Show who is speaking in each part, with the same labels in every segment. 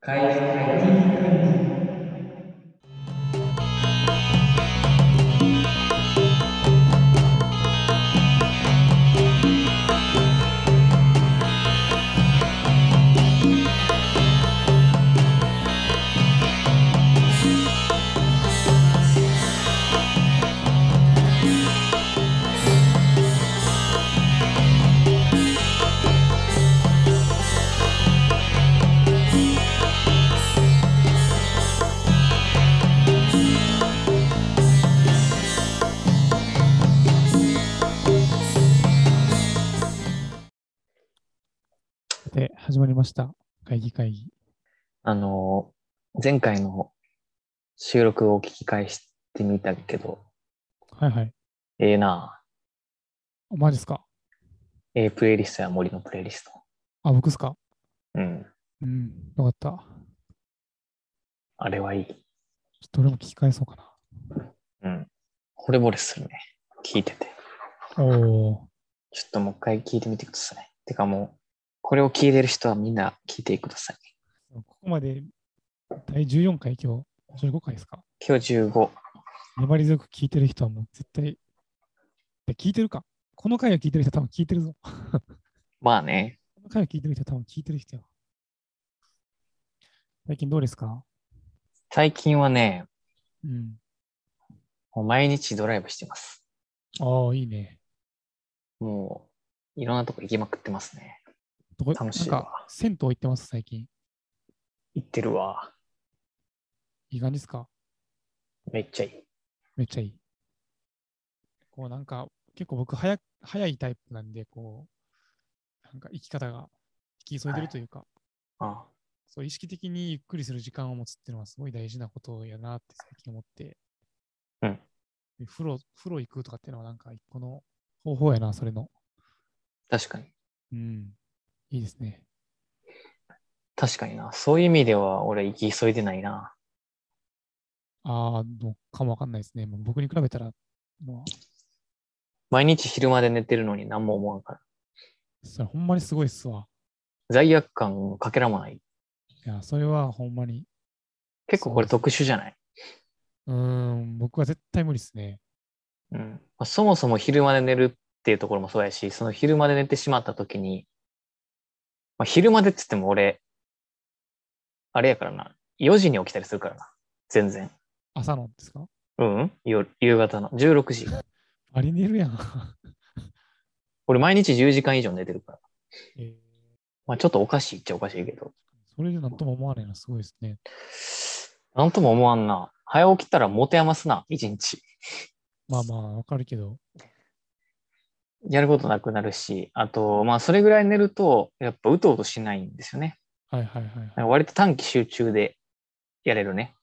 Speaker 1: 会議会議会議
Speaker 2: で、始まりました。会議会議。
Speaker 3: あの、前回の収録を聞き返してみたけど、
Speaker 2: はいはい。
Speaker 3: ええな
Speaker 2: マジっすか
Speaker 3: ええプレイリストや森のプレイリスト。
Speaker 2: あ、僕っすか
Speaker 3: うん。
Speaker 2: うん。よかった。ちょ
Speaker 3: あれはいい。
Speaker 2: っと俺も聞き返そうか
Speaker 3: うん。惚れ惚れするね。聞いてて。
Speaker 2: な。おお。
Speaker 3: ちょっともう一回聞いてみてください。てかもう、これを聞いてる人はみんな聞いてください。
Speaker 2: ここまで第14回今日、15回ですか
Speaker 3: 今日15。
Speaker 2: 粘り強く聞いてる人はもう絶対、で聞いてるかこの回を聞いてる人は多分聞いてるぞ。こ
Speaker 3: まあね。
Speaker 2: の回を聞いてる人は多分聞いてる人よ。最近どうですか
Speaker 3: 最近はね、
Speaker 2: うん。
Speaker 3: もう毎日ドライブしてます。
Speaker 2: ああ、いいね。
Speaker 3: もう、いろんなとこ行きまくってますね。
Speaker 2: どこ
Speaker 3: 楽しい
Speaker 2: な
Speaker 3: わ
Speaker 2: んか、銭湯行ってます、最近。
Speaker 3: 行ってるわ。
Speaker 2: いい感じですか
Speaker 3: めっちゃいい。
Speaker 2: めっちゃいい。こうなんか、結構僕早、早いタイプなんで、こう、なんか生き方が引き急いでるというか、
Speaker 3: あ
Speaker 2: そう意識的にゆっくりする時間を持つっていうのはすごい大事なことやなって最近思って。
Speaker 3: うん
Speaker 2: で風呂、風呂行くとかっていうのはなんか一個の方法やな、それの。
Speaker 3: 確かに。
Speaker 2: うん。いいですね。
Speaker 3: 確かにな。そういう意味では、俺、行き急いでないな。
Speaker 2: ああ、のかもわかんないですね。もう僕に比べたら、も
Speaker 3: 毎日昼まで寝てるのに何も思わんから。
Speaker 2: う、それほんまにすごいっすわ。
Speaker 3: 罪悪感のかけらもない。
Speaker 2: いや、それはほんまに。
Speaker 3: 結構これ特殊じゃないう
Speaker 2: ーん、僕は絶対無理っすね。
Speaker 3: うん。まあそもそも昼まで寝るっていうところもそうやし、その昼まで寝てしまった時に、まあ、昼までって言っても俺、あれやからな。4時に起きたりするからな。全然。
Speaker 2: 朝のですか
Speaker 3: うん、うん、夜夕方の16時。
Speaker 2: あり寝るやん。
Speaker 3: 俺毎日10時間以上寝てるから。
Speaker 2: えー
Speaker 3: まあちょっとおかしいっちゃおかしいけど。
Speaker 2: それでなんとも思わないのはすごいですね。
Speaker 3: なんとも思わんな。早起きたら持て余すな、一日。
Speaker 2: まあまあ、わかるけど。
Speaker 3: やることなくなるし、あと、まあ、それぐらい寝ると、やっぱ、うとうとしないんですよね。
Speaker 2: はいはいはい、は
Speaker 3: なんか割と短期集中でやれるね。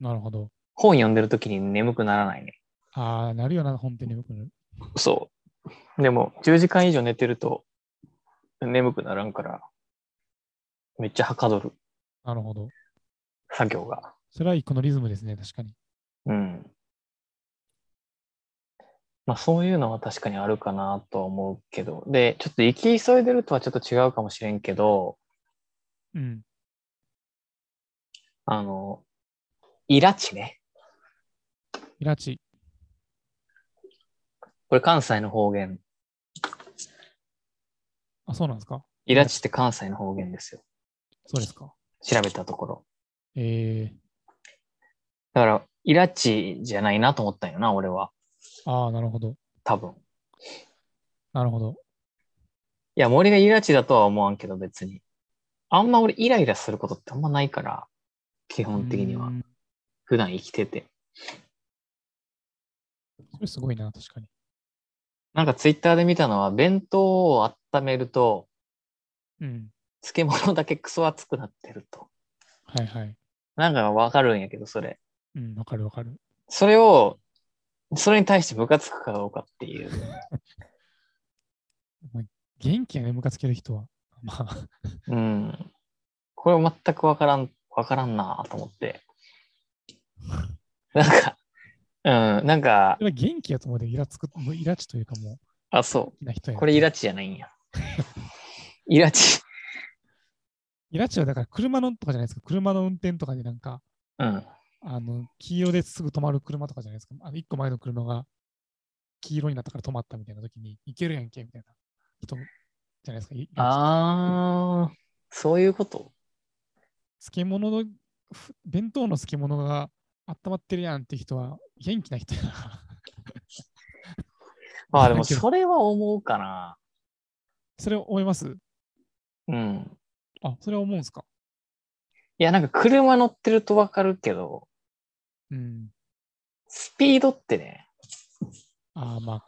Speaker 2: い。なるほど。
Speaker 3: 本読んでる時に眠くならないね。
Speaker 2: ああ、なるよな、本当によくなる。
Speaker 3: そう。でも、10時間以上寝てると、眠くならんから、めっちゃはかどる、
Speaker 2: なるほど。
Speaker 3: 作業が。
Speaker 2: それは一個のリズムですね、確かに。
Speaker 3: うん。まあ、そういうのは確かにあるかなとは思うけど、で、ちょっと行き急いでるとはちょっと違うかもしれんけど、
Speaker 2: うん。
Speaker 3: あの、イラチね。
Speaker 2: イラチ。
Speaker 3: これ関西の方言。
Speaker 2: あ、そうなんですか
Speaker 3: イラチって関西の方言ですよ。
Speaker 2: そうですか。
Speaker 3: 調べたところ。
Speaker 2: ええ
Speaker 3: だから、イラチじゃないなと思ったんよな、俺は。
Speaker 2: ー。ああ、なるほど。
Speaker 3: 多分。い
Speaker 2: なるほど。
Speaker 3: や、森がイラチだとは思わんけど、別に。あんま俺、イライラすることってあんまないから、基本的に
Speaker 2: う
Speaker 3: は
Speaker 2: ー。ん
Speaker 3: 普段生きてて。
Speaker 2: それすごいな、確かに。
Speaker 3: なんかツイッターで見たのは、弁当を温めると、
Speaker 2: うん。
Speaker 3: 漬物だけクソ熱くなってると。
Speaker 2: はいはい。
Speaker 3: なんかわかるんやけど、それ。
Speaker 2: うん、わかるわかる。
Speaker 3: それを、それに対してムカつくかどうかっていう。
Speaker 2: 元気やね、ムカつける人は。ま あ、
Speaker 3: うん。これ全くわからん、わからんなと思 って。なんか、うん、なんか
Speaker 2: そ、れは元気やと思うで、イラつく、もうイラチというかもう、
Speaker 3: あ、そ
Speaker 2: 好きな人や
Speaker 3: う。
Speaker 2: ね
Speaker 3: これイラチじゃないんや。イラチ。
Speaker 2: イラチはだから車のとかじゃないですか。車の運転とかでなんか、
Speaker 3: うん。
Speaker 2: あの、黄色ですぐ止まる車とかじゃないですか。あの、一個前の車が黄色になったから止まったみたいな時に、いけるやんけ、みたいな人じゃないですか。い
Speaker 3: あー、そういうこと
Speaker 2: 漬物の、ふ弁当の漬物が温まってるやんって人は元気な人やな。
Speaker 3: まあでもそれは思うかな。
Speaker 2: それを思います
Speaker 3: うん。
Speaker 2: あ、それは思うんすか
Speaker 3: いや、なんか車乗ってるとわかるけど、
Speaker 2: うん。
Speaker 3: スピードってね、
Speaker 2: ああ、まあ、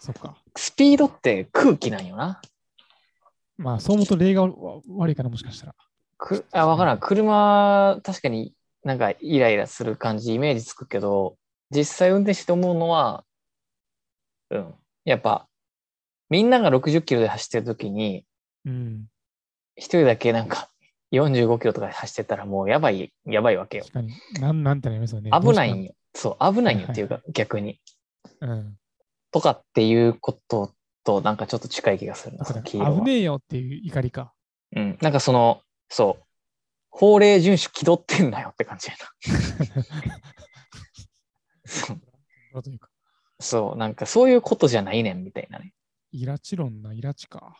Speaker 2: そっか。
Speaker 3: スピードって空気なんよな。
Speaker 2: まあ、そう思うと例がわ悪いかな、もしかしたら。
Speaker 3: くあ、わからん。車、確かになんかイライラする感じ、イメージつくけど、実際運転して思うのは、うん。やっぱ、みんなが60キロで走ってる時に、
Speaker 2: うん。
Speaker 3: 一人だけなんか45キロとかで走ってたらもうやばい、やばいわけよ
Speaker 2: 確。かに。なんなんてなりますよね。
Speaker 3: 危ない
Speaker 2: ど
Speaker 3: んよ。そう、危ないんよっていうか、逆に。
Speaker 2: うしたらうん。
Speaker 3: とかっていうこととなんかちょっと近い気がするな、
Speaker 2: だ
Speaker 3: そ
Speaker 2: か
Speaker 3: の
Speaker 2: ら、
Speaker 3: 黄色
Speaker 2: 危
Speaker 3: は。
Speaker 2: ねえよっていう怒りか。
Speaker 3: うん、なんかその、そう、法令遵守気取ってんなよって感じやな。 そう
Speaker 2: というか、
Speaker 3: そう、なんかそういうことじゃないねんみたいなね。
Speaker 2: イラチロンな、イラチか。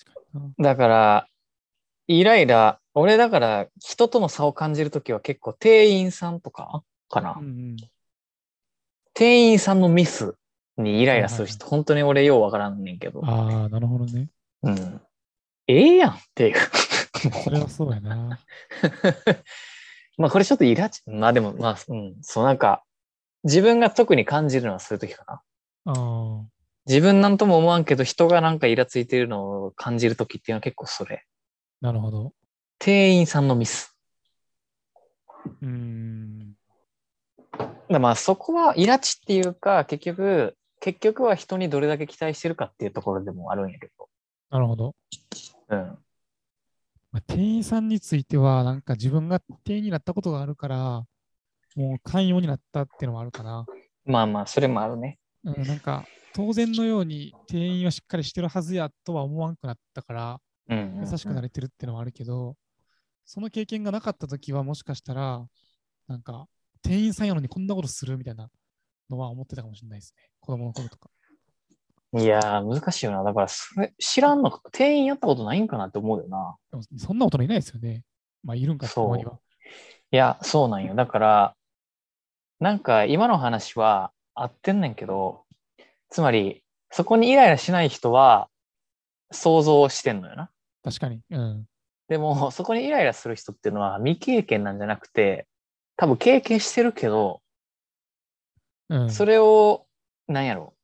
Speaker 2: 確かにな。
Speaker 3: だから、イライラ、俺だから人との差を感じるときは結構店員さんとかかな。
Speaker 2: うんうん。
Speaker 3: 店員さんのミスにイライラする人、本当に俺ようわからんねんけど。
Speaker 2: ああ、なるほどね。
Speaker 3: うん。ええやん っていう。
Speaker 2: それはそうやな。
Speaker 3: まあこれちょっとイラチ、まあでもまあ、うん、そうなんか、自分が特に感じるのはそういう時かな。
Speaker 2: ああ。
Speaker 3: 自分なんとも思わんけど、人がなんかイラついてるのを感じる時っていうのは結構それ。
Speaker 2: なるほど。
Speaker 3: 店員さんのミス。
Speaker 2: うーん。
Speaker 3: だからまあそこはイラチっていうか、結局、結局は人にどれだけ期待してるかっていうところでもあるんやけど。
Speaker 2: なるほど。
Speaker 3: うん。
Speaker 2: まあ、店員さんについては、なんか自分が店員になったことがあるから、もう寛容になったっていうのもあるかな。
Speaker 3: まあまあ、それもあるね。
Speaker 2: うん、なんか当然のように店員はしっかりしてるはずやとは思わんくなったから、
Speaker 3: うんうん、
Speaker 2: 優しくなれてるっていうのもあるけど、その経験がなかった時はもしかしたら、なんか店員さんやのにこんなことするみたいなのは思ってたかもしれないですね。子供の頃とか。
Speaker 3: いやー、難しいよな。だから、それ、知らんのか、店員やったことないんかなって思うよな。
Speaker 2: でもそんな大人いないですよね。まあ、いるんか、
Speaker 3: そう
Speaker 2: たまには。
Speaker 3: いや、そうなんよ。だから、なんか今の話は合ってんねんけど、つまり、そこにイライラしない人は想像してんのよな。
Speaker 2: 確かに。うん。
Speaker 3: でも、そこにイライラする人っていうのは未経験なんじゃなくて、多分経験してるけど、
Speaker 2: うん、
Speaker 3: それを、なんやろう、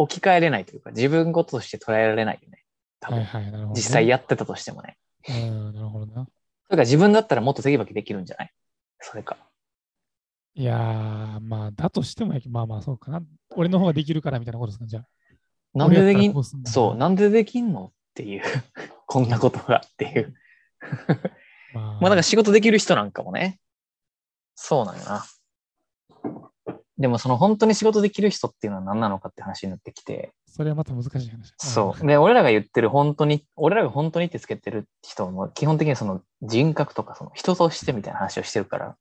Speaker 3: 置き換えれないというか、自分事として捉えられないよね。多
Speaker 2: はい
Speaker 3: 分、
Speaker 2: はい、なるほど、
Speaker 3: 実際やってたとしてもね。
Speaker 2: うん、なるほどな。
Speaker 3: それから自分だったらもっとテキパキできるんじゃないそれか。
Speaker 2: いやー、まあ、だとしてもやけ、まあまあ、そうかな。俺の方ができるからみたいなことですか、じゃあ。
Speaker 3: なんでで
Speaker 2: 俺や
Speaker 3: き
Speaker 2: ったら
Speaker 3: ん
Speaker 2: こうすんだ
Speaker 3: そう、なんでできんのっていう、 こんなことがっていう。
Speaker 2: まあ、
Speaker 3: まあだから仕事できる人なんかもね。そうなんよな。でもその本当に仕事できる人っていうのは何なのかって話になってきて。
Speaker 2: それはまた難しい話。
Speaker 3: そう。で、俺らが言ってる本当に、俺らが本当にってつけてる人も基本的にその人格とかその人としてみたいな話をしてるから。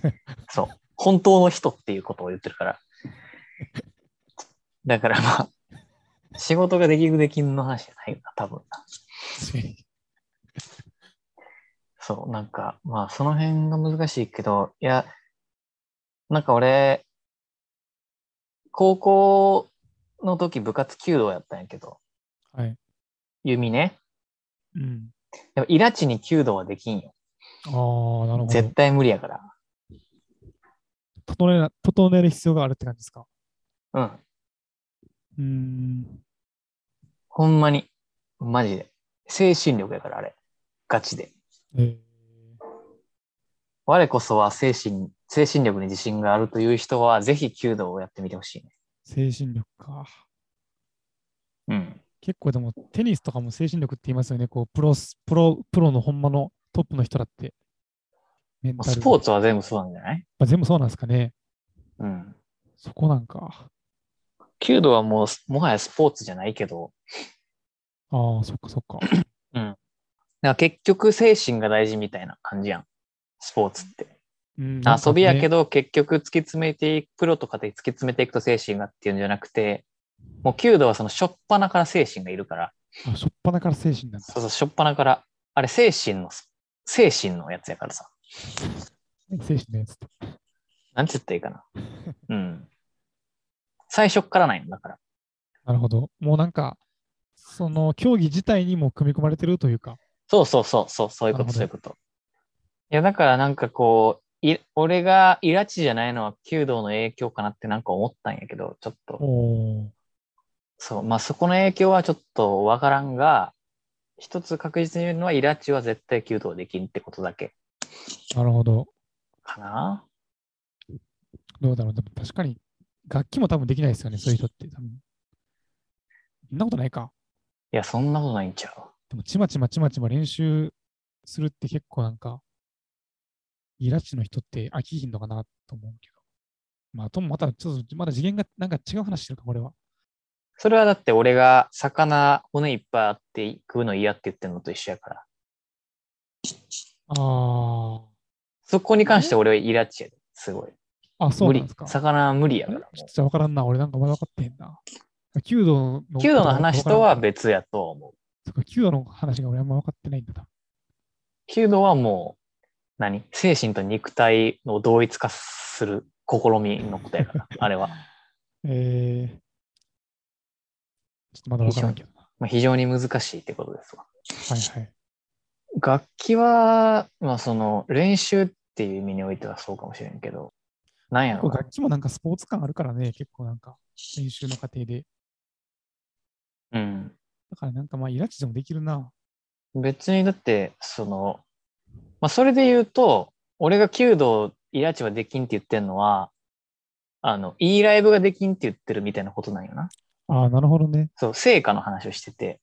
Speaker 3: そう。本当の人っていうことを言ってるから。だからまあ、仕事ができるできんの話じゃないよな、多分な。
Speaker 2: うん。
Speaker 3: そう、なんか、まあ、その辺が難しいけど、いや、なんか俺、高校の時部活弓道やったんやけど、
Speaker 2: はい。
Speaker 3: 弓ね。
Speaker 2: うん。
Speaker 3: やっぱ、イラチに弓道はできんよ。
Speaker 2: ああ、なるほ
Speaker 3: 絶
Speaker 2: ど。
Speaker 3: 対無理やから。
Speaker 2: 整えな、整える必要があるって感じですか。
Speaker 3: うん。
Speaker 2: うーん。
Speaker 3: ほんまに。マジで。精神力やから、あれ。ガチで。
Speaker 2: え
Speaker 3: 我こそは精神、精神力に自信があるという人は、ぜひ弓道をやってみてほしいね。
Speaker 2: ー、精神力か。
Speaker 3: うん。
Speaker 2: 結構でも、テニスとかも精神力って言いますよね。こう、プロス、プロ、プロのほんまのトップの人だって。メンタル。
Speaker 3: スポー
Speaker 2: ツ
Speaker 3: ツは全部そうなんじゃない
Speaker 2: 全部そうなんですかね。
Speaker 3: うん。
Speaker 2: そこなんか。
Speaker 3: 弓道はもう、もはやスポーツじゃないけど、
Speaker 2: ああ、そっかそっか。
Speaker 3: なんか結局精神が大事みたいな感じやん。スポーツって。
Speaker 2: うん
Speaker 3: 遊びやけ
Speaker 2: ど。
Speaker 3: ど結局突き詰めていく、プロとかで突き詰めていくと精神がっていうんじゃなくて、もう弓道はその初っ端から精神がいるから、
Speaker 2: あ、しょっぱなから精神なんだ。
Speaker 3: そうそう、初っ端から、あれ精神の、精神のやつやからさ。
Speaker 2: 精神のやつって。
Speaker 3: なんて言ったらいいかな。うん。最初っからないの、だから。
Speaker 2: なるほど。もうなんか、その競技自体にも組み込まれてるというか。
Speaker 3: そうそうそう、そう、そういうこ
Speaker 2: な
Speaker 3: と、
Speaker 2: るほど
Speaker 3: そういうこと。いや、だからなんかこう、い俺がイラチじゃないのは弓道の影響かなってなんか思ったんやけど、ちょっと。
Speaker 2: おー
Speaker 3: そう、まあそこの影響はちょっとわからんが、一つ確実に言うのは、イラチは絶対弓道できんってことだけ
Speaker 2: なるほど。
Speaker 3: かな。
Speaker 2: どうだろう。でも確かに、楽器も多分できないですよね、そういう人って。多分そんなことないか。
Speaker 3: いや、そんなことないんちゃう。
Speaker 2: でも、ちまちまちまちま練習するって結構なんか、イラチの人って飽きひんのかなと思うけど。まあ、あともまた、ちょっと、まだ次元がなんか違う話してるか、これは。
Speaker 3: それはだって俺が魚骨いっぱいあって食うの嫌って言ってるのと一緒やから。
Speaker 2: あ
Speaker 3: そこに関して俺はイラチやで。すごい。
Speaker 2: あ。あ、そ
Speaker 3: 無
Speaker 2: うなんで
Speaker 3: 理
Speaker 2: す。か。ちょ
Speaker 3: 魚は無理やから。
Speaker 2: っとわからんな。俺なんかまだ分かってへんな。弓道の。
Speaker 3: 弓道の話とは
Speaker 2: 別。
Speaker 3: 別やと思う。
Speaker 2: そっか、弓道の話が俺あんま分かってないんだな。
Speaker 3: 弓道はもう、何精神と肉体を同一化する試みのことや から、あれは。
Speaker 2: えー、ちょっとまだ分からんけどな。
Speaker 3: まあ、非常に難しいってことですわ。
Speaker 2: はいはい。
Speaker 3: 楽器は、まあその練習っていう意味においてはそうかもしれんけど、なんや
Speaker 2: こ
Speaker 3: ろ
Speaker 2: う
Speaker 3: な
Speaker 2: 楽器もなんかスポーツ感あるからね、結構なんか練習の過程で。
Speaker 3: うん。
Speaker 2: だからなんかまあ、イラチでもできるな。
Speaker 3: 別にだって、その、まあそれで言うと、俺が弓道、イラチはできんって言ってんのは、あの、いいライブができんって言ってるみたいなことなんよな。
Speaker 2: ああ、なるほどね。
Speaker 3: そう、成果の話をしてて、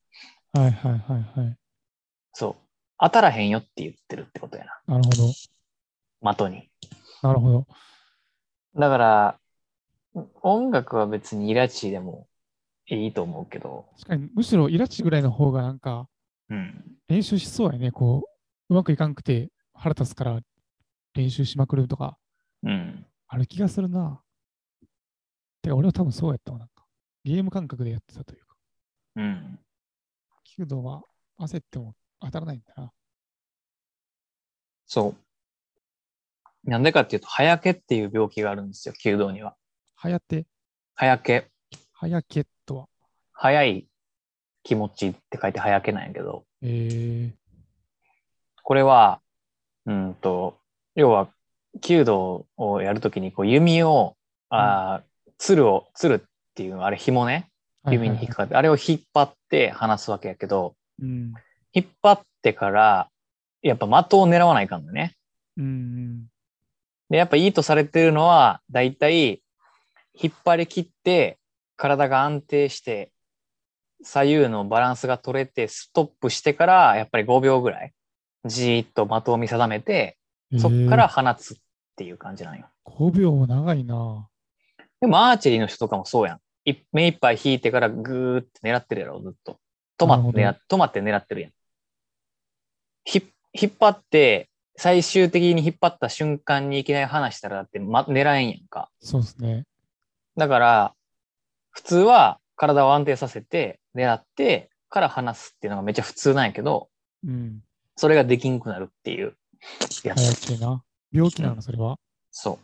Speaker 2: はいはいはいはい。
Speaker 3: そう、当たらへんよって言ってるってことや
Speaker 2: なるほど。
Speaker 3: な、的に。
Speaker 2: なるほど。
Speaker 3: だから、音楽は別にイラチでもいいと思うけど、
Speaker 2: 確かに、むしろイラチぐらいの方がなんか
Speaker 3: うん。
Speaker 2: 練習しそうやね。こう、うまくいかんくて腹立つから練習しまくるとか
Speaker 3: うん。
Speaker 2: ある気がするな。てか、俺は多分そうやったわ。なんか、ゲーム感覚でやってたというか。
Speaker 3: うん。
Speaker 2: 弓道は焦っても当たらないんだな。
Speaker 3: そう。なんでかっていうと、早けっていう病気があるんですよ、弓道には。
Speaker 2: はやて、
Speaker 3: 早け。
Speaker 2: はやけとは。
Speaker 3: 早い気持ちって書いて早けなんやけど、
Speaker 2: え
Speaker 3: これは、うんと、要は、弓道をやるときに、こう、弓を、あー鶴を、鶴っていうのは、あれ、紐ね、
Speaker 2: ー、
Speaker 3: 弓に引っかかって、あれを引っ張って離すわけやけど、
Speaker 2: うん。
Speaker 3: 引っ張ってから、やっぱ的を狙わないかんのね。
Speaker 2: うんうん。
Speaker 3: で、やっぱいいとされてるのは、だいたい引っ張り切って、体が安定して、左右のバランスが取れて、ストップしてから、やっぱり5秒ぐらい、じーっと的を見定めて、そっから
Speaker 2: えー。
Speaker 3: 放つっていう感じなんよ。
Speaker 2: 5秒も長いな。
Speaker 3: でも、アーチェリーの人とかもそうやん。い目いっぱい引いてからぐーって狙ってるやろ、ずっと。止まって
Speaker 2: な
Speaker 3: 狙
Speaker 2: る
Speaker 3: 止まって狙ってるやん。ひ引っ張って、最終的に引っ張った瞬間にいきなり離したら、だって、ま、狙えんやんか。
Speaker 2: そうですね。
Speaker 3: だから、普通は体を安定させて、狙ってから離すっていうのがめっちゃ普通なんやけど、
Speaker 2: うん。
Speaker 3: それができんくなるっていうや
Speaker 2: はや
Speaker 3: つ。
Speaker 2: けな。病気なの、それは。
Speaker 3: そ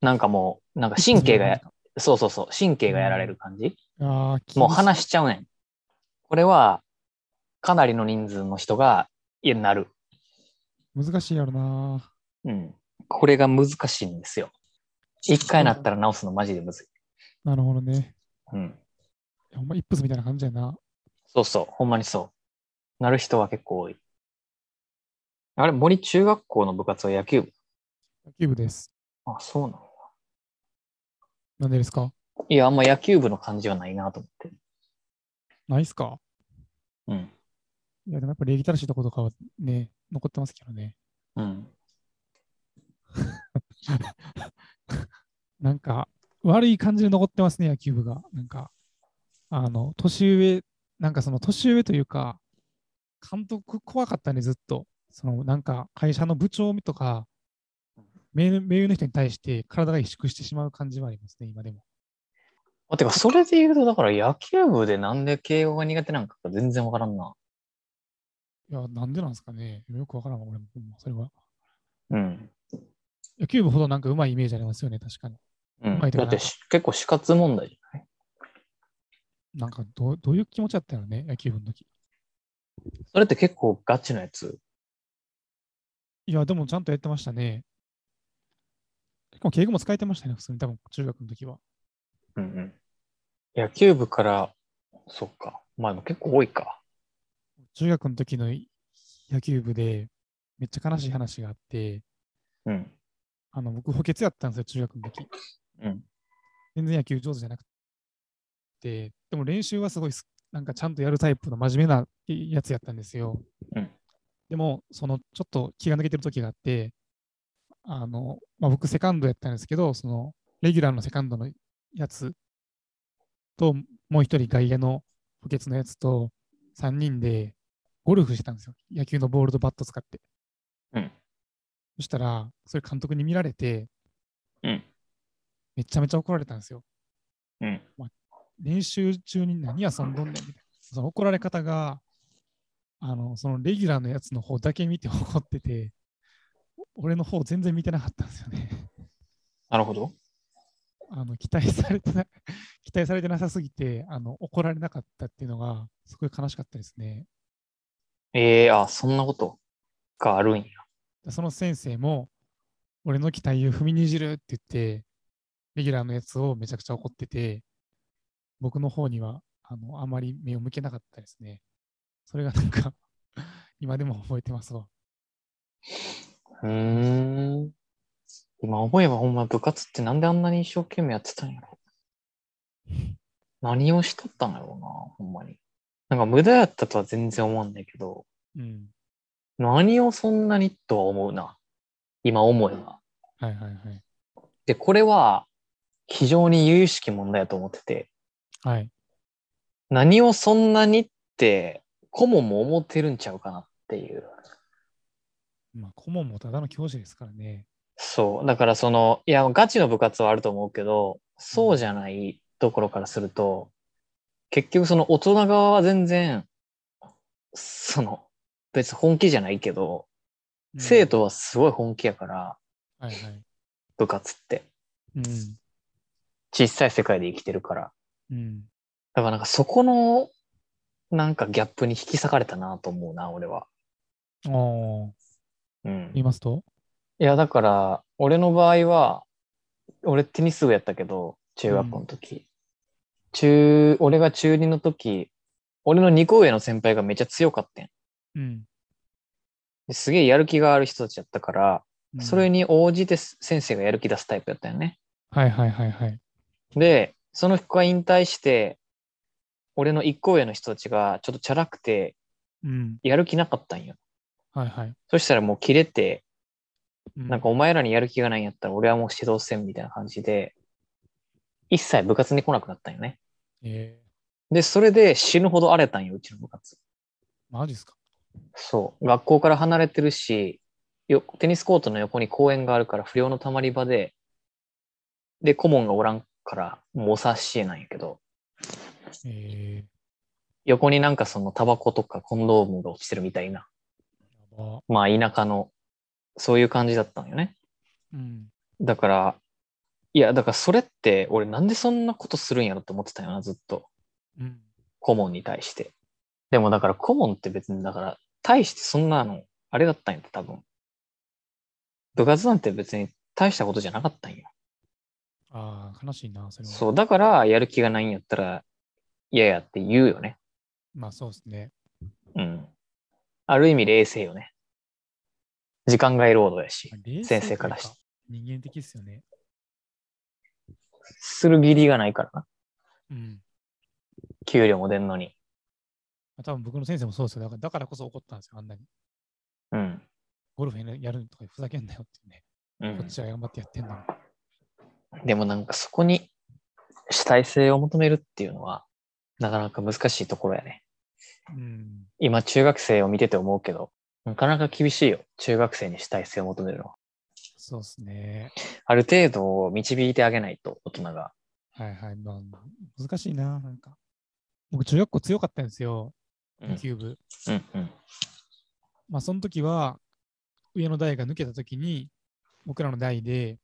Speaker 3: う。なんかもう、なんか神経がや、
Speaker 2: あ
Speaker 3: そうそうそう、神経がやられる感じ。
Speaker 2: あー、
Speaker 3: もう
Speaker 2: 話
Speaker 3: 離しちゃうねん。これは、かなりの人数の人が、いや、なる。
Speaker 2: 難しいやろな。
Speaker 3: うん。これが難しいんですよ。一回なったら直すのマジでむずい。
Speaker 2: なるほどね。
Speaker 3: うん。
Speaker 2: ほんま、イップスみたいな感じやな。
Speaker 3: そうそう、ほんまにそう。なる人は結構多い。あれ、森中学校の部活は野球部
Speaker 2: 野球部です。
Speaker 3: あ、そうなの
Speaker 2: なんでですか
Speaker 3: いや、あんま野球部の感じはないなと思って。
Speaker 2: ないっすか
Speaker 3: うん。
Speaker 2: いや、でもやっぱ礼儀正しいとことかはね、残ってますけどね。
Speaker 3: うん。
Speaker 2: なんか、悪い感じで残ってますね、野球部が。なんか、あの、年上、なんかその年上というか、監督怖かったね、ずっと。そのなんか会社の部長とか、名名誉の人に対して体が萎縮してしまう感じはありますね、今でも。
Speaker 3: あてか、それで言うと、だから野球部でなんで敬語が苦手なんかが全然わからんな。
Speaker 2: いや、なんでなんですかね。よくわからんわ、俺も。それは。
Speaker 3: うん。
Speaker 2: 野球部ほどなんかうまいイメージありますよね、確かに。
Speaker 3: うん、
Speaker 2: まあで
Speaker 3: だ
Speaker 2: も
Speaker 3: っ
Speaker 2: なんか
Speaker 3: てし結構死活問題じゃない
Speaker 2: なんかどうどういう気持ちだったのね、野球部の時。
Speaker 3: それって結構ガチなやつ。
Speaker 2: いや、でもちゃんとやってましたね。結構敬語も使えてましたね、普通に多分中学の時は。
Speaker 3: うんうん。野球部から、そっか。まあでも結構多いか。
Speaker 2: 中学の時の野球部でめっちゃ悲しい話があって、
Speaker 3: うん。
Speaker 2: あの僕補欠やったんですよ、中学の時。
Speaker 3: うん。
Speaker 2: 全然野球上手じゃなくて、でも練習はすごいす、なんかちゃんとやるタイプの真面目ないやつやったんですよ。
Speaker 3: うん
Speaker 2: でも、そのちょっと気が抜けてる時があって、あの、まあ、僕、セカンドやったんですけど、その、レギュラーのセカンドのやつと、もう一人外野の補欠のやつと、3人でゴルフしてたんですよ。野球のボールとバット使って。
Speaker 3: うん
Speaker 2: そしたら、それ監督に見られて、
Speaker 3: うん
Speaker 2: めちゃめちゃ怒られたんですよ。
Speaker 3: うん。
Speaker 2: 練習中に何遊んどんねんみたいな。その怒られ方が、あの、そのレギュラーのやつの方だけ見て怒ってて、俺の方全然見てなかったんですよね。
Speaker 3: なるほど。
Speaker 2: あの、期待されてな、期待されてなさすぎて、あの、怒られなかったっていうのが、すごい悲しかったですね。
Speaker 3: ええあ、そんなことがあるんや。
Speaker 2: その先生も、俺の期待を踏みにじるって言って、レギュラーのやつをめちゃくちゃ怒ってて、僕の方にはあのあまり目を向けなかったですね。それがなんか、 今でも覚えてますわ。
Speaker 3: うーん。今思えばほんま部活ってなんであんなに一生懸命やってたんやろ。何をしとったんやろうな、ほんまに。なんか無駄やったとは全然思わんだけど、
Speaker 2: うん。
Speaker 3: 何をそんなにとは思うな。今思えば。
Speaker 2: はいはいはい。
Speaker 3: で、これは非常に由々しき問題やと思ってて、
Speaker 2: はい。
Speaker 3: 何をそんなにって顧問も思ってるんちゃうかなっていう。
Speaker 2: まあ、顧問もただの教師ですからね。
Speaker 3: そう。だからその、いや、ガチの部活はあると思うけど、そうじゃないところからすると、結局その大人側は全然、その、別に本気じゃないけど、
Speaker 2: うん
Speaker 3: 生。徒はすごい本気やから、
Speaker 2: はいはい。
Speaker 3: 部活って。
Speaker 2: うん。
Speaker 3: 小さい世界で生きてるから。
Speaker 2: うん。
Speaker 3: だからなんかそこの、なんかギャップに引き裂かれたなと思うな、俺は。
Speaker 2: おー
Speaker 3: うん。
Speaker 2: 言いますと
Speaker 3: いや、だから、俺の場合は、俺テニス部やったけど、中学校の時。中、俺が中2の時、俺の2個上の先輩がめっちゃ強かったん
Speaker 2: うん。
Speaker 3: ですげえやる気がある人たちやったから、
Speaker 2: うん
Speaker 3: それ。に応じて先生がやる気出すタイプやったよね。
Speaker 2: はいはいはいはい。
Speaker 3: で、その子が引退して、俺の1個上の人たちがちょっとチャラくて、
Speaker 2: うん。
Speaker 3: やる気なかったんよ。
Speaker 2: はいはい。
Speaker 3: そしたらもう切れて、な
Speaker 2: なん
Speaker 3: か、お前らにやる気がないんやったら俺はもう指導せんみたいな感じで、一切部活に来なくなったんよね。
Speaker 2: え
Speaker 3: で、それで死ぬほど荒れたんよ、うちの部活。
Speaker 2: ー、マジっすか。
Speaker 3: そう。学校から離れてるし、よテニスコートの横に公園があるから不良の溜まり場で、で、顧問がおらんから、もうお察しえなんやけど、
Speaker 2: え
Speaker 3: 横になんかそのタバコとかコンドームが落ちてるみたいな、
Speaker 2: ー、やば。
Speaker 3: まあ田舎の、そういう感じだったんよね。
Speaker 2: うん。
Speaker 3: だから、いや、だからそれって、俺なんでそんなことするんやろって思ってたよな、ずっと。
Speaker 2: うん。
Speaker 3: 顧問に対して。でもだから顧問って別にだから、大してそんなの、あれだったんやって多分。部活なんて別に大したことじゃなかったんや。
Speaker 2: ああ、悲しいな、それは。
Speaker 3: そう、だからやる気がないんやったら嫌やって言うよね。
Speaker 2: まあそうですね。
Speaker 3: うん。ある意味冷静よね。時間外労働やし
Speaker 2: まあ、冷静と
Speaker 3: 先
Speaker 2: い
Speaker 3: 生
Speaker 2: う
Speaker 3: からし
Speaker 2: 人間的ですよね。
Speaker 3: する義理がないからな。
Speaker 2: うん。
Speaker 3: 給料も出んのに。
Speaker 2: まあ多分僕の先生もそうですよ。だからだからこそ怒ったんですよ、あんなに。
Speaker 3: うん。
Speaker 2: ゴルフやるやるとかふざけんなよってね。
Speaker 3: う
Speaker 2: こ
Speaker 3: ん
Speaker 2: っ、ちは頑張ってやってんのに。
Speaker 3: でもなんかそこに主体性を求めるっていうのは、なかなか難しいところやね。
Speaker 2: うん。
Speaker 3: 今中学生を見てて思うけど、なかなか厳しいよ。中学生に主体性を求めるのは。
Speaker 2: そうですね。
Speaker 3: ある程度導いてあげないと、大人が。
Speaker 2: はいはい。まあ、難しいな、なんか。僕、中学校強かったんですよ、
Speaker 3: う
Speaker 2: 野
Speaker 3: ん、
Speaker 2: 球部。
Speaker 3: うん、うん。
Speaker 2: まあ、その時は、上の代が抜けた時に、僕らの代で、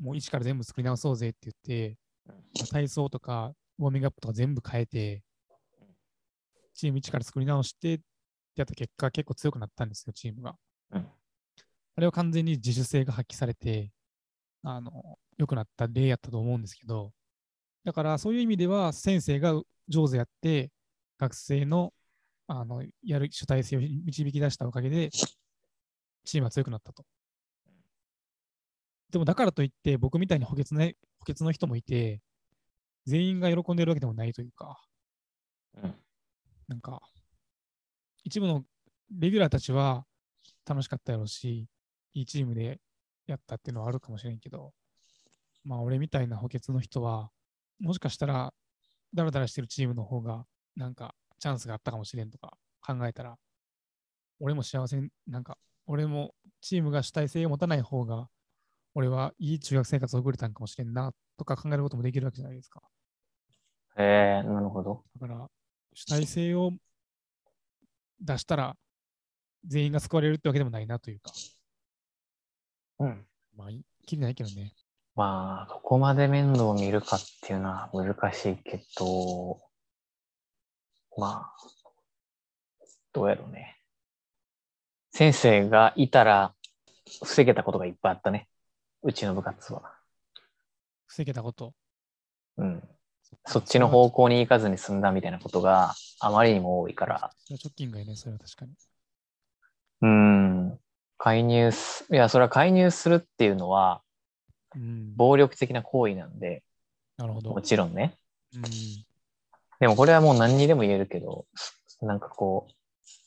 Speaker 2: もう一から全部作り直そうぜって言って、まあ体操とか、ウォーミングアップとか全部変えて、チーム一から作り直してってやった結果、結構強くなったんですよ、チームが。
Speaker 3: うん
Speaker 2: あれは完全に自主性が発揮されて、あの、良くなった例やったと思うんですけど、だからそういう意味では、先生が上手やって、学生のあの、やる主体性を導き出したおかげで、チームは強くなったと。でも、だからといって、僕みたいに補欠,、ね、補欠の人もいて、全員が喜んでるわけでもないというか、
Speaker 3: うん
Speaker 2: なんか、一部のレギュラーたちは楽しかったやろうし、いいチームでやったっていうのはあるかもしれんけど、まあ、俺みたいな補欠の人は、もしかしたら、ダラダラしてるチームの方が、なんか、チャンスがあったかもしれんとか考えたら、俺も幸せに、なんか、俺もチームが主体性を持たない方が、俺はいい中学生活を送れたんかもしれんなとか考えることもできるわけじゃないですか。
Speaker 3: えー、なるほど。
Speaker 2: だから、主体性を出したら、全員が救われるってわけでもないなというか、
Speaker 3: うん。
Speaker 2: まあ、きりないけどね。
Speaker 3: まあ、どこまで面倒を見るかっていうのは難しいけど、まあ、どうやろうね。先生がいたら防げたことがいっぱいあったね。うちの部活は。
Speaker 2: 防げたこと。
Speaker 3: うん。そっちの方向に行かずに済んだみたいなことがあまりにも多いから、
Speaker 2: それはショッキングやね、それは確かに。
Speaker 3: うん。介入す、いや、それは介入するっていうのは
Speaker 2: うん、
Speaker 3: 暴力的な行為なんで、
Speaker 2: なるほど。
Speaker 3: もちろんね。
Speaker 2: うん、
Speaker 3: でもこれはもう何にでも言えるけど、なんかこう、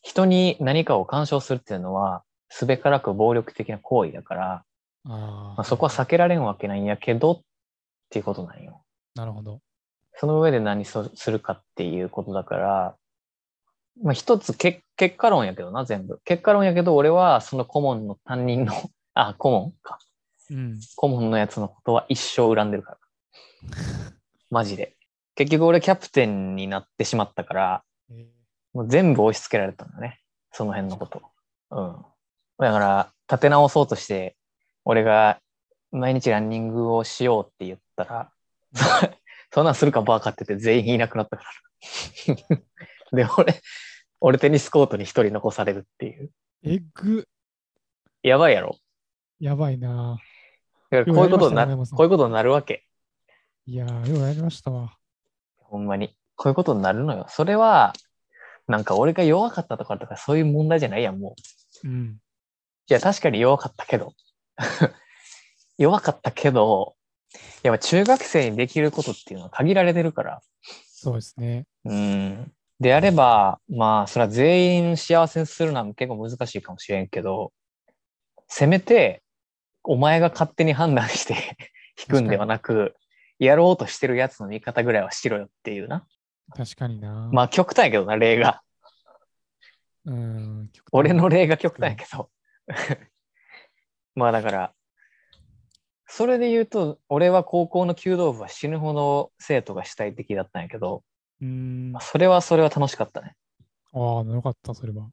Speaker 3: 人に何かを干渉するっていうのは、すべからく暴力的な行為だから、
Speaker 2: あ
Speaker 3: まあ、
Speaker 2: あ、
Speaker 3: そこは避けられんわけないんやけど、っていうことなんよ。
Speaker 2: なるほど。
Speaker 3: その上で何そするかっていうことだから、まあ一つけ結果論やけどな、全部。結果論やけど、俺はその顧問の担任の、 あ、顧問か。
Speaker 2: うん。
Speaker 3: 顧問のやつのことは一生恨んでるから。マジで。結局俺キャプテンになってしまったから、
Speaker 2: えー
Speaker 3: もう全部押し付けられたんだね。その辺のことを。うん。だから、立て直そうとして、俺が毎日ランニングをしようって言ったら、 そそんなんするかバーカってて全員いなくなったから。 で、俺、俺テニスコートに一人残されるっていう。
Speaker 2: エッグ、
Speaker 3: やばいやろ。
Speaker 2: やばいな。
Speaker 3: だからこういうことにな、
Speaker 2: ようやりましたね
Speaker 3: こういうことになるわけ。
Speaker 2: いやー、ようやりましたわ。
Speaker 3: ほんまに。こういうことになるのよ。それは、なんか俺が弱かったとかとかそういう問題じゃないやん、もう。
Speaker 2: うん。
Speaker 3: いや、確かに弱かったけど。 弱かったけど、やっぱ中学生にできることっていうのは限られてるから。
Speaker 2: そうですね。
Speaker 3: うん。であれば、まあ、それは全員幸せにするのは結構難しいかもしれんけど、せめて、お前が勝手に判断して 引くんではなく、やろうとしてるやつの見方ぐらいはしろよっていうな。
Speaker 2: 確かにな。
Speaker 3: まあ、極端やけどな、例が。
Speaker 2: うん。極端
Speaker 3: 俺の例が極端やけど。 まあだから、それで言うと、俺は高校の弓道部は死ぬほど生徒が主体的だったんやけど、
Speaker 2: うん。
Speaker 3: ま
Speaker 2: あ
Speaker 3: あそれはそれは楽しかったね。
Speaker 2: あ、よかった、それは。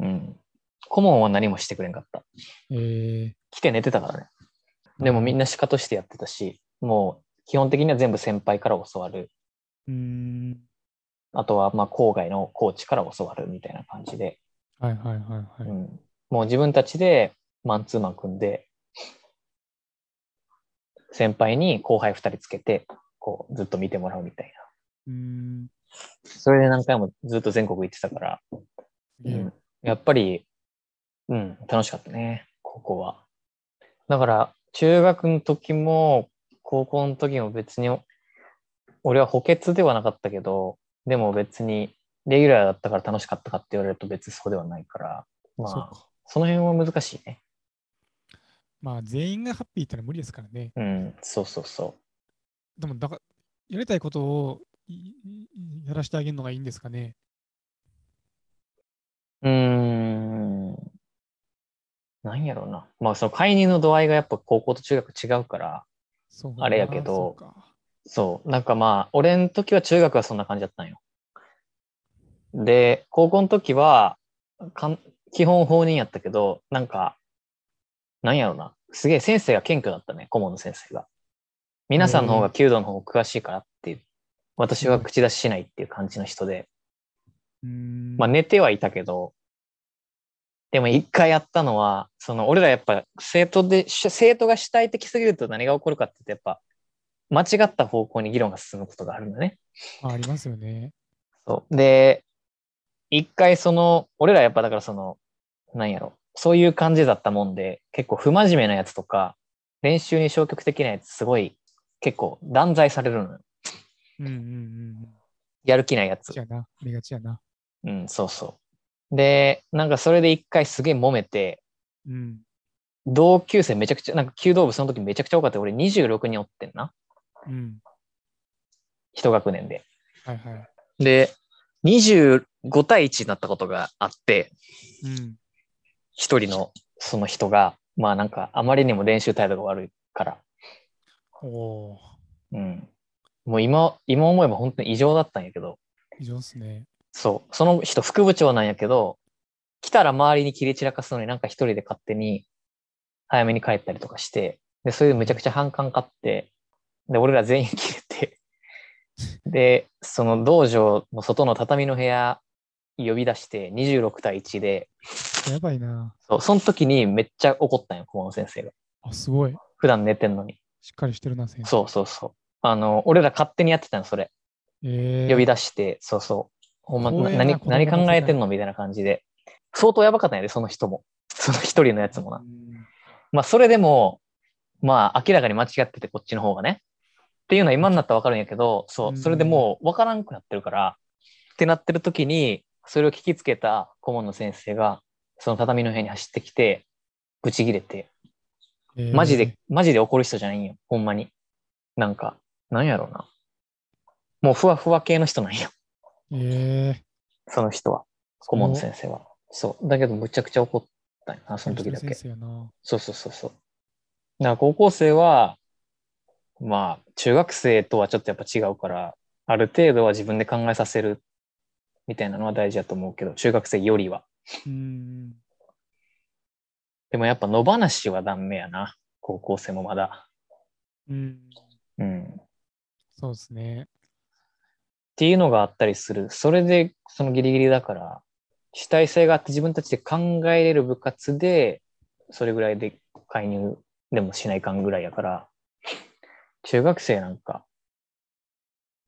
Speaker 3: うん。顧問は何もしてくれんかった。
Speaker 2: え
Speaker 3: 来て寝てたからね。でもみんな鹿としてやってたし、もう基本的には全部先輩から教わる。
Speaker 2: ー、うん。
Speaker 3: あとはまあ郊外のコーチから教わるみたいな感じで、
Speaker 2: はいはいはいは
Speaker 3: う
Speaker 2: い。
Speaker 3: ん、もう自分たちでマンツーマン組んで、先輩に後輩2人つけて、こう、ずっと見てもらうみたい
Speaker 2: うん。
Speaker 3: な。それで何回もずっと全国行ってたから、
Speaker 2: すげえ
Speaker 3: うんやっぱり、うん、楽しかったね、高校は。だから、中学の時も、高校の時も別に、俺は補欠ではなかったけど、でも別に、レギュラーだったから楽しかったかって言われると別にそうではないから、ま
Speaker 2: そう
Speaker 3: あ、
Speaker 2: か。
Speaker 3: その辺は難しいね。
Speaker 2: まあ、全員がハッピーったら無理ですからね。
Speaker 3: うん、そうそうそ
Speaker 2: でも、だから、やりたいことをいいやらせてあげるのがいいんですかね。
Speaker 3: うーん。なんやろうな。まあ、その介入の度合いがやっぱ高校と中学違うから、
Speaker 2: そう
Speaker 3: あれやけど
Speaker 2: あーそうか
Speaker 3: そう。なんかまあ、俺の時は中学はそんな感じだったんよ。で、高校の時は、かん基本放任やったけど、なんか、なんやろうな。すげえ先生が謙虚だったね、顧問の先生が。皆さんの方が弓道の方が詳しいからっていう、私は口出ししないっていう感じの人で、
Speaker 2: うーん
Speaker 3: まあ寝てはいたけど、でも一回やったのは、その俺らやっぱ生徒で、し生徒が主体的すぎると何が起こるかって言ってやっぱ、間違った方向に議論が進むことがあるんだね。
Speaker 2: あ、ありますよね。
Speaker 3: そう。で、一回その、俺らやっぱだからその、なんやろ、そういう感じだったもんで、結構不真面目なやつとか、練習に消極的なやつすごい、結構断罪されるのよ。
Speaker 2: うんうんうん。
Speaker 3: やる気ないやつ
Speaker 2: じ。ゃあな、ありがちやな。
Speaker 3: うん、そうそう。で、なんかそれで一回すげえ揉めて、
Speaker 2: うん。
Speaker 3: 同級生めちゃくちゃ、なんか弓道部その時めちゃくちゃ多かった。俺26人おってんな。
Speaker 2: うん。
Speaker 3: 一学年で。
Speaker 2: はいはい。
Speaker 3: で、25対1になったことがあって、
Speaker 2: うん。
Speaker 3: 一人のその人が、まあなんかあまりにも練習態度が悪いから、
Speaker 2: おお
Speaker 3: うん。もう今、今思えば本当に異常だったんやけど、
Speaker 2: ー、異常っすね。
Speaker 3: そう、その人副部長なんやけど、来たら周りに切れ散らかすのになんか一人で勝手に早めに帰ったりとかして、で、それでめちゃくちゃ反感買って、で、俺ら全員切れて、 で、その道場の外の畳の部屋呼び出して26対1で、
Speaker 2: やばいな。
Speaker 3: そうその時にめっちゃ怒ったんよ、小野先生が。
Speaker 2: あ、すごい。
Speaker 3: 普段寝てんのに。
Speaker 2: しっかりしてるな、先生。
Speaker 3: そうそうそう。あの、俺ら勝手にやってたの、それ。
Speaker 2: えー、
Speaker 3: 呼び出して、そうそう。ほんま、
Speaker 2: 怖えな
Speaker 3: 何
Speaker 2: 子供の
Speaker 3: 何
Speaker 2: 世界
Speaker 3: 考えてんのみたいな感じで。相当やばかったんやで、その人も。 その一人のやつもな
Speaker 2: う。ん
Speaker 3: まあ、それでも、まあ、明らかに間違ってて、こっちの方がね。っていうのは今になったらわかるんやけど、そうう、
Speaker 2: ん
Speaker 3: それでもうわからんくなってるから、ってなってる時に、それを聞きつけた顧問の先生が、その畳の部屋に走ってきて、ブチ切れて、
Speaker 2: えー
Speaker 3: マジで、マジで怒る人じゃないんよ。ほんまに。なんか、なんやろうな。もうふわふわ系の人なんよ。
Speaker 2: えー、
Speaker 3: その人は。顧問の先生は。そう。だけど、むちゃくちゃ怒ったんよな、その時だけ
Speaker 2: 先。生やな。
Speaker 3: そうそうそうそう。だから高校生は、まあ、中学生とはちょっとやっぱ違うから、ある程度は自分で考えさせるみたいなのは大事だと思うけど、中学生よりは。
Speaker 2: うん。
Speaker 3: でもやっぱ野放しはダメやな。高校生もまだ。
Speaker 2: うん。
Speaker 3: うん。
Speaker 2: そうですね。
Speaker 3: っていうのがあったりする。それで、そのギリギリだから、主体性があって自分たちで考えれる部活で、それぐらいで介入でもしないかんぐらいやから、中学生なんか、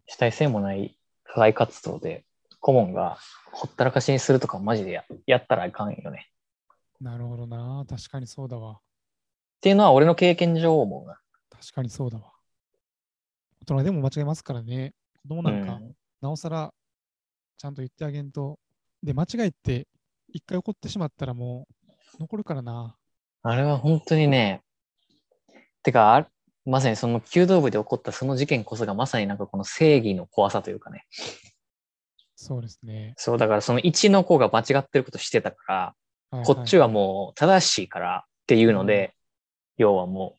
Speaker 3: 主体性もない課外活動で、顧問がほったらかしにするとかマジでややったらいかんよね。っ
Speaker 2: なるほどな。確かにそうだわ。
Speaker 3: ていうのは俺の経験上思うな。
Speaker 2: 確かにそうだわ。大人でも間違えますからね。子供なんか、
Speaker 3: うん
Speaker 2: なおさら、ちゃんと言ってあげんと。で、間違えって、一回怒ってしまったらもう、残るからな。
Speaker 3: あれは本当にね、てか、あまさにその弓道部で起こったその事件こそがまさになんかこの正義の怖さというかね。
Speaker 2: そうですね。
Speaker 3: そう、だからその1の子が間違ってることしてたから、
Speaker 2: はいはい
Speaker 3: こっちはもう正しいからっていうので、要はも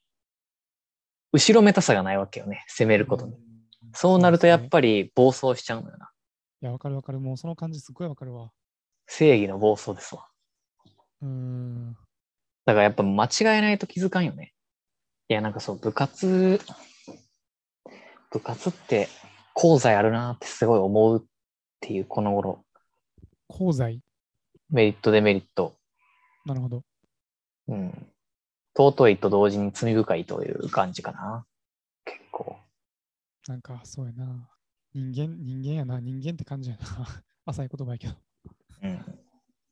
Speaker 3: う、後ろめたさがないわけよね、責めることに。
Speaker 2: ん
Speaker 3: そうなるとやっ
Speaker 2: り。
Speaker 3: ぱり暴走しちゃうのよな。
Speaker 2: いや、わかるわかる。もうその感じすごいわかるわ。
Speaker 3: 正義の暴走ですわ。
Speaker 2: うーん。
Speaker 3: だからやっぱ間違えないと気づかんよね。いや、なんかそう、部活、部活って、功罪あるなってすごい思うっていう、この頃、
Speaker 2: 功罪。
Speaker 3: メリット、デメリット。
Speaker 2: なるほど。
Speaker 3: うん。尊いと同時に罪深いという感じかな。結構。
Speaker 2: なんか、 そうやな。人間、人間やな。人間って感じやな。浅い言葉やけど。
Speaker 3: うん。